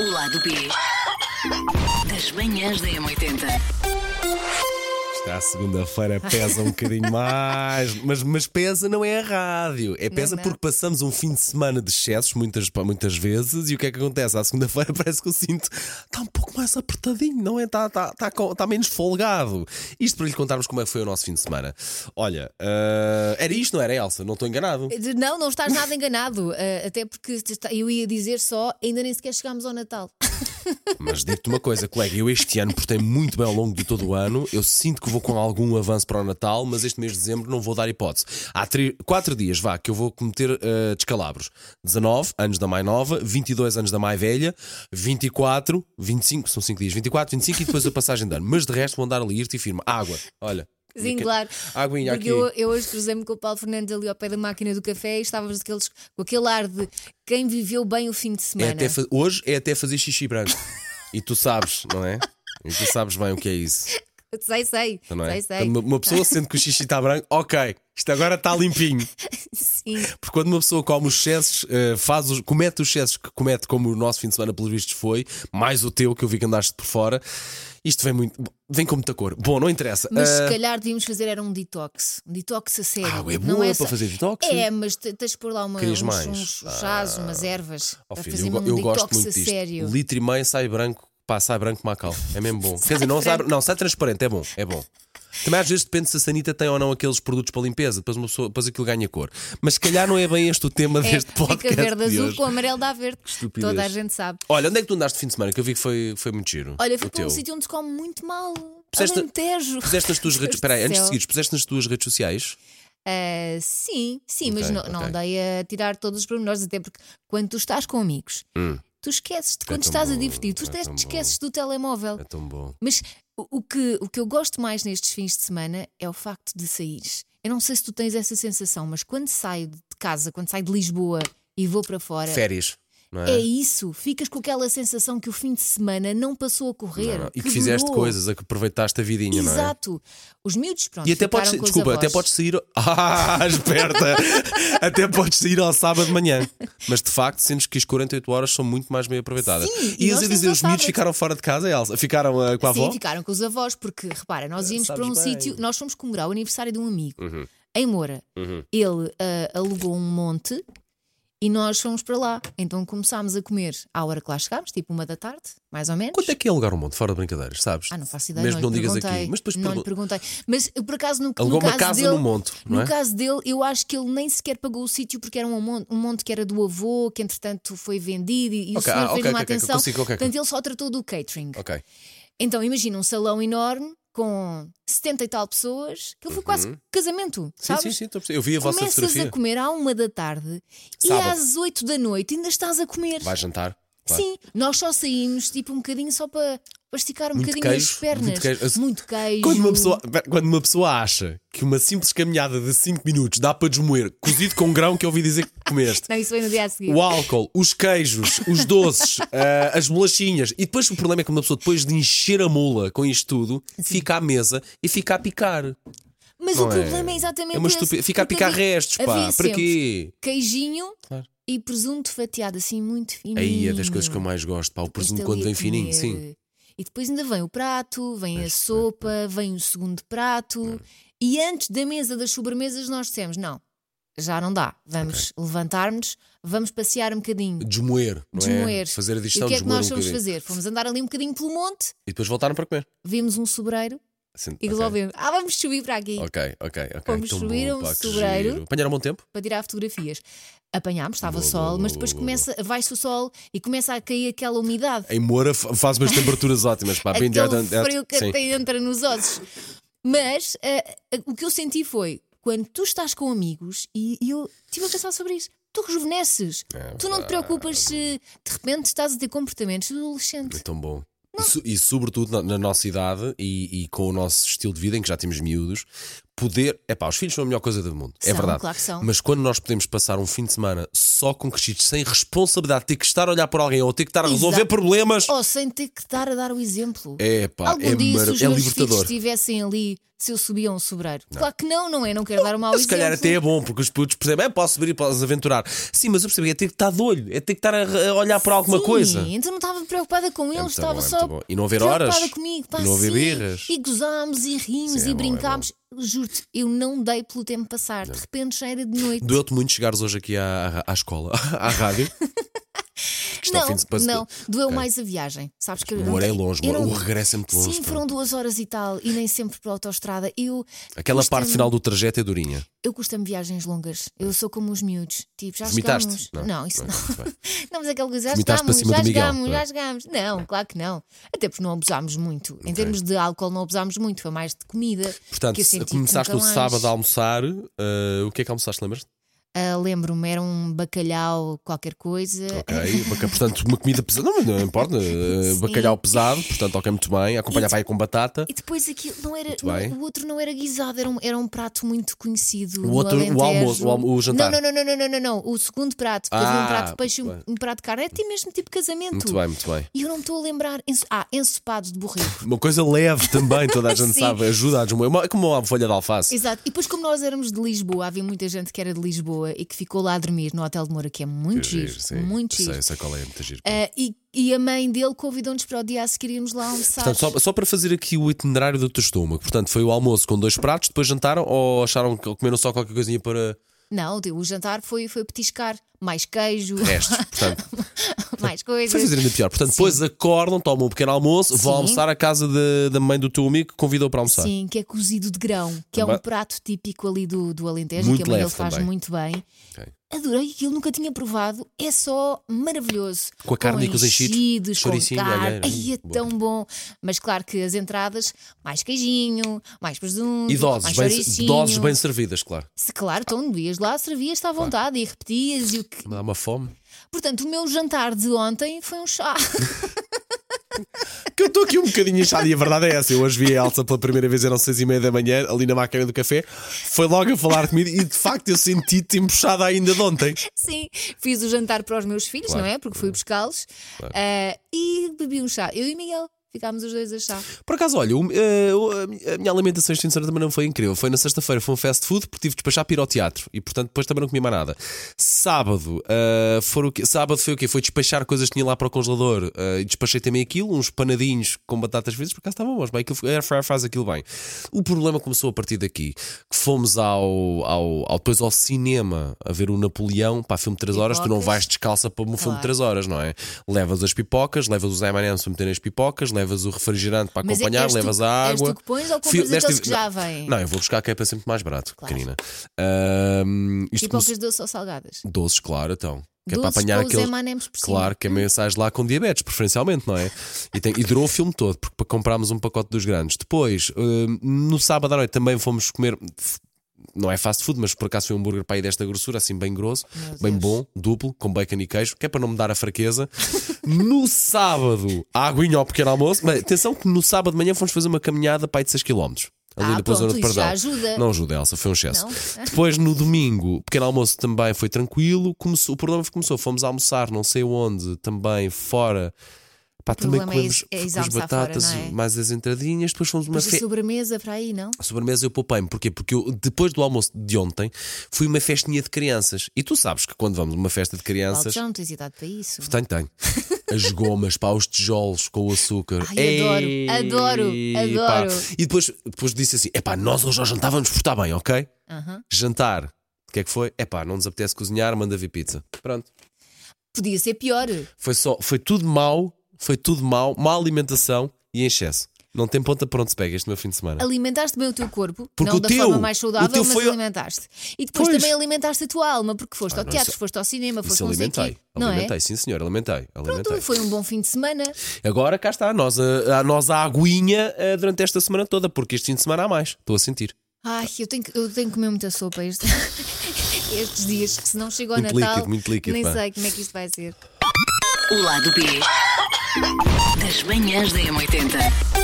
O lado B das manhãs da M80. Está a segunda-feira, pesa um bocadinho mais, mas, mas pesa não é a rádio. É pesa não. porque passamos um fim de semana de excessos muitas, muitas vezes e o que é que acontece? À segunda-feira parece que o cinto está um pouco mais apertadinho, não é? Está, está, está, com- está menos folgado. Isto para lhe contarmos como é que foi o nosso fim de semana. Olha, ah, era isto, não era, Elsa? Não estou enganado. De- Não, não estás nada enganado. eh, até porque te está- eu ia dizer só, ainda nem sequer chegámos ao Natal. Mas digo-te uma coisa, colega, eu este ano portei muito bem ao longo de todo o ano. Eu sinto que vou com algum avanço para o Natal, mas este mês de dezembro não vou dar hipótese. Há tri- quatro dias, vá, que eu vou cometer eh, descalabros: 19 anos da mãe nova, 22 anos da mãe velha, 24, 25, são 5 dias, 24, 25 e depois a passagem de ano. Mas de resto vão andar ali, irte e firme. Água, olha. Sim, claro. Aguinha Ah, aqui. Porque É eu, eu hoje cruzei-me com o Paulo Fernandes ali ao pé da máquina do café e estávamos daqueles, com aquele ar de quem viveu bem o fim de É semana. até fa- Hoje é até fazer xixi branco. E tu sabes, não é? E tu sabes bem o que é isso. Sei, sei. Não é? Sei, sei. Quando Uma, uma pessoa sente que o xixi está branco, ok, isto agora está limpinho. Sim. Porque quando uma pessoa come os excessos, eh, faz os- comete os excessos que comete, como o nosso fim de semana, pelos vistos, foi, mais o teu que eu vi que andaste por fora, isto vem muito. Vem com muita cor. Bom, não interessa. Mas Ah, se calhar devíamos fazer era um detox. Um detox a sério. Ah, é não boa é para fazer detox? É, mas te- tens de pôr lá uma, Querias uns, mais? uns chás, umas ervas. ó para filho, fazer eu, go- um eu detox gosto muito a disto. sério. Litro e meio sai branco, pá, sai branco Macau. É mesmo bom. Quer dizer, não sai, não, sai transparente, é bom, é bom. Também às vezes depende se a Sanita tem ou não aqueles produtos para limpeza, depois, uma pessoa, depois aquilo ganha cor. Mas se calhar não é bem este o tema É, deste podcast. fica verde de azul hoje. com amarelo dá verde. estupidez. Toda a gente sabe. Olha, onde é que tu andaste de fim de semana? Que eu vi que foi, foi muito giro. Olha, eu O fui para teu. um sítio onde se come muito mal. Puseste- Alentejo. Puseste nas tuas Deus redes. do Espera aí, antes de céu. seguires, puseste nas tuas redes sociais. Ah, sim, sim, mas Ok, não, não ok. andei a tirar todos os pormenores, até porque quando tu estás com amigos, tu esqueces-te. Quando Hum. É tão estás a bom, divertir, tu é até tão te esqueces do telemóvel. É tão bom. Mas o o que, o que eu gosto mais nestes fins de semana é o facto de saíres. Eu não sei se tu tens essa sensação, mas quando saio de casa, quando saio de Lisboa e vou para fora, Férias. Não é? é isso. Ficas com aquela sensação que o fim de semana não passou a correr. Não, E que fizeste durou. coisas, a que aproveitaste a vidinha, não é? Exato. Os miúdos, pronto. E até ficaram podes, com os desculpa, avós. até podes sair. Ah, esperta! até podes sair ao sábado de manhã. Mas de facto, sentes que as 48 horas são muito mais bem aproveitadas. Sim, e e nós a temos dizer, ao os miúdos sábado. ficaram fora de casa, Elsa? Ficaram ah, com a Sim, avó? ficaram com os avós, porque repara, nós íamos para sabes um bem. sítio, nós fomos comemorar o aniversário de um amigo Uhum. em Moura. Ele ah, alugou um monte e nós fomos para lá. Então começámos a comer à hora que lá chegámos, tipo uma da tarde, mais ou menos. Quanto é que é alugar um monte? Fora de brincadeiras, sabes? Ah, não faço ideia, Mesmo não, não lhe digas perguntei, aqui. Mas depois não lhe pergunta. perguntei. Mas eu, por acaso no, Alugou no uma caso casa dele, num monte, não no é? caso dele, eu acho que ele nem sequer pagou o sítio porque era um monte, um monte que era do avô, que entretanto foi vendido e, e Ok, o senhor ah, fez ok, ok, uma ok, atenção. consigo, ok, ok. Portanto, ele só tratou do catering. Ok. Então imagina um salão enorme com 70 e tal pessoas, que foi quase casamento, Uhum. Sim, sabes? sim, sim, estou a perceber. Eu vi a vossa Começas fotografia. a comer à uma da tarde Sábado. e às 8 da noite ainda estás a comer. Vai jantar? Claro. Sim, nós só saímos tipo um bocadinho só para, para esticar um Muito bocadinho queijo, as pernas. muito queijo. Muito queijo. Quando uma, pessoa, quando uma pessoa acha que uma simples caminhada de 5 minutos dá para desmoer cozido com grão que eu ouvi dizer que comeste, Não, isso foi no dia a seguir. o álcool, os queijos, os doces, ah, as bolachinhas, e depois o problema é que uma pessoa, depois de encher a mula com isto tudo, fica à mesa e fica a picar. Mas Não o é- problema é, exatamente É uma esse, estupidez. Fica a porque picar havia- restos, havia pá. Para sempre quê? Queijinho Claro. e presunto fatiado, assim muito fininho. Aí é das coisas Hum. que eu mais gosto, pá. O presunto Estás quando ali vem a fininho, é comer. sim. é, E depois ainda vem o prato, vem a sopa, vem o segundo prato. E antes da mesa das sobremesas, nós dissemos: não, já não dá. Vamos levantar-nos, vamos passear um bocadinho, Desmoer, não é? desmoer. Fazer a e digestão, o que é que desmoer nós um fomos bocadinho. fazer? Fomos andar ali um bocadinho pelo monte, E depois voltaram para comer. vimos um sobreiro Assim, e ok. resolvemos: ah, vamos subir para aqui Ok, ok, ok. Fomos Tão subir bom, a um pá, que sobreiro. giro. Apanharam um bom tempo? para tirar fotografias. Apanhámos, estava Boa, boa, sol, boa, mas depois boa, boa. começa, vai-se o sol e começa a cair aquela umidade. Em Moura fa- faz umas temperaturas ótimas, pá. bem aquele direto- frio que Sim. até entra nos ossos. Mas ah, ah, o que eu senti foi quando tu estás com amigos e, e eu estive a pensar sobre isso. Tu rejuvenesces, É tu não te preocupas se de repente estás a ter comportamentos de É adolescente. tão bom. E, so- e sobretudo na, na nossa idade e, e com o nosso estilo de vida, em que já temos miúdos, poder. É pá, os filhos são a melhor coisa do mundo. é São, verdade. claro que são. Mas quando nós podemos passar um fim de semana só com crescidos, sem responsabilidade, ter que estar a olhar por alguém ou ter que estar a resolver Exato. problemas. Ou sem ter que estar a dar o exemplo. É pá, Algum é, dia, se mara- os é meus filhos libertador. estivessem ali, se eu subia um sobreiro. Claro que não, não é? Não quero dar um mau Se exemplo. calhar até é bom, porque os putos percebem, é, posso subir e posso aventurar. Sim, mas eu percebi, é ter que estar de olho, é ter que estar a a olhar por alguma Sim, coisa. Então não estava preocupada com eles, muito estava bom, é só muito bom. E não haver preocupada horas? comigo. E não haver sim, birras? E gozámos e rimos Sim, é e bom, é brincámos. Juro-te, eu não dei pelo tempo passar. De repente já era de noite. Doeu-te muito chegares hoje aqui à, à escola, à rádio. Que está ao não, fim de semana- não, doeu mais a viagem. Sabes que eu O não amor é dei- longe, eu o não- regresso é muito longe. Sim, pá. foram duas horas e tal, e nem sempre para a autostrada. Eu, Aquela custa-me- parte final do trajeto é durinha. Eu custa-me viagens longas. Eu sou como os miúdos. Tipo, já Vomitaste? chegámos. Não. isso Não, não. muito bem. Não, mas aquela coisa, já Vomitaste para chegámos, cima já do Miguel, chegámos, não é? já chegámos. Não, claro que não. Até porque não abusámos muito. Em termos de álcool, não abusámos muito. Foi mais de comida. Portanto, que eu se senti que começaste nunca no mais. sábado a almoçar, eh, o que é que almoçaste, lembras? Ah, Lembro-me, era um bacalhau, qualquer coisa. Ok, bacalhau, portanto, uma comida pesada, não, não importa, eh, Sim. bacalhau pesado, portanto, ok, muito bem, acompanhar para aí com batata. E depois aquilo não era. Muito bem. não- o outro não era guisado, era um, era um prato muito conhecido. O no outro- o Alentejo. almoço, o almo- o jantar. Não, não, não, não, não, não, não. O segundo prato, porque havia Ah, um prato de peixe e um, muito um prato de carne. Era tipo mesmo tipo casamento. Muito bem, muito bem. E eu não me estou a lembrar. Enso- Ah, ensopado de borrego. Uma coisa leve também, toda a gente Sim. sabe, ajuda a desmoer. Uma- É como uma folha de alface. Exato. E depois, como nós éramos de Lisboa, havia muita gente que era de Lisboa e que ficou lá a dormir no Hotel de Moura, que é muito giro. sim. muito Eu giro. Sei, sei qual é, muito giro. Ah, e, e a mãe dele convidou-nos para o dia a seguir irmos lá almoçar. Portanto, só, só para fazer aqui o itinerário do teu estômago. Portanto, foi o almoço com dois pratos, depois jantaram ou acharam que comeram só qualquer coisinha para Não, o jantar foi, foi petiscar mais queijo, restos? Portanto, mais foi coisas. fazer ainda pior. Portanto, depois acordam, tomam um pequeno almoço, vão Sim. almoçar à casa de- da mãe do teu amigo que convidou para almoçar. Sim, que é cozido de grão, que é Também. um prato típico ali do, do Alentejo, Muito que a mãe dele leve faz também. muito bem. Ok. Adorei aquilo, nunca tinha provado, é só maravilhoso. Com a carne e com os enchidos, com choricinho, carne. alheira. Ai, é Boa. tão bom. Mas claro que as entradas, mais queijinho, mais presunto, E doses mais bem, choricinho. doses bem servidas, claro. Se claro, então ias lá, servias-te à vontade e repetias e o que. Me dá uma fome. Portanto, o meu jantar de ontem foi um chá. Que eu estou aqui um bocadinho inchado e a verdade é essa. Eu hoje vi a Elsa pela primeira vez, eram seis e meia da manhã, ali na máquina do café. Foi logo a falar comigo e de facto eu senti-te empuxada ainda de ontem. Sim, fiz o jantar para os meus filhos, Claro. não é? Porque fui buscá-los. Ah, e bebi um chá. Eu e Miguel ficámos os dois a chá. Por acaso, olha, o- eh, o- a minha alimentação este fim de semana também não foi incrível. Foi na sexta-feira, foi um fast food, porque tive de despachar para ir ao teatro e, portanto, depois também não comi mais nada. Sábado, eh, foram o quê? Sábado foi o quê? Foi despachar coisas que tinha lá para o congelador eh, e despachei também aquilo, uns panadinhos com batatas fritas, por acaso estavam bons, bem, aquilo, a air fryer faz aquilo bem. O problema começou a partir daqui, que fomos ao, ao, ao- depois ao cinema a ver o Napoleão, pá, filme de 3 horas, tu não Pipocas. vais descalça para um filme de Claro. 3 horas, não é? Levas as pipocas, levas os M&M's para meter nas pipocas, levas o refrigerante para Mas é- acompanhar, és tu- levas a és água. tu que pões ou compras Fui- desta aqueles vez- que já vêm? Não, eu vou buscar que é para sempre mais barato, Claro. pequenina. Ahm, isto Pipocas começou- Tipo, doces ou salgadas? Doces, claro, então. Que é para Doces apanhar com os aquele. M&Ms por cima. Claro, que é meio sais lá com diabetes, preferencialmente, não é? E, tem- e durou o filme todo, porque para comprarmos um pacote dos grandes. Depois, ahm, no sábado à noite também fomos comer. Não é fast food, mas por acaso foi um hambúrguer para aí desta grossura, assim bem grosso, Meu bem Deus. bom, duplo, com bacon e queijo, que é para não me dar a fraqueza. no sábado, a aguinha ao pequeno almoço. Mas atenção que no sábado de manhã fomos fazer uma caminhada para aí de 6 km. Ali Ah, na pela zona pronto, de isso já Pardal. ajuda. Não ajuda, Elsa, foi um excesso. Não? Depois no domingo, pequeno almoço também foi tranquilo. Começou, o problema foi que começou, fomos almoçar, não sei onde, também fora. Pá, também problema é comemos esse- é comemos ir almoçar fora, batatas, não é? mais as entradinhas, depois fomos uma Mas fe... a sobremesa para aí, não? Sobremesa eu poupei-me, porquê? Porque eu, depois do almoço de ontem fui uma festinha de crianças. E tu sabes que quando vamos a uma festa de Paulo, crianças. já não tens idade para isso. Tenho, tenho. As gomas, pá, os tijolos com o açúcar. Ai, adoro, Ei, adoro, pá. adoro. E depois, depois disse assim: é pá, nós hoje ao jantar vamos portar bem, ok? Aham. Jantar. O que é que foi? É pá, não nos apetece cozinhar, manda vir pizza. Pronto. Podia ser pior. Foi só, foi tudo mau, foi tudo mau, má alimentação e em excesso. Não tem ponta para onde se pega este meu fim de semana. Alimentaste bem o teu corpo, Porque não o da teu- forma mais o saudável, teu mas foi- alimentaste. E depois Pois. também alimentaste a tua alma, porque foste Ah, ao não, teatro, isso- foste ao cinema, foste Isso não sei alimentei. um quê. Não é? alimentei, sim senhor, alimentei. alimentei. Pronto, foi um bom fim de semana. Agora cá está, nós a, a, nós a aguinha eh, durante esta semana toda, porque este fim de semana há mais. Estou a sentir. Ai, eu tenho que, eu tenho que comer muita sopa este- estes dias, que se não chega ao Muito Natal. líquido, muito líquido, nem pá. sei como é que isto vai ser. O lado B das manhãs da M80.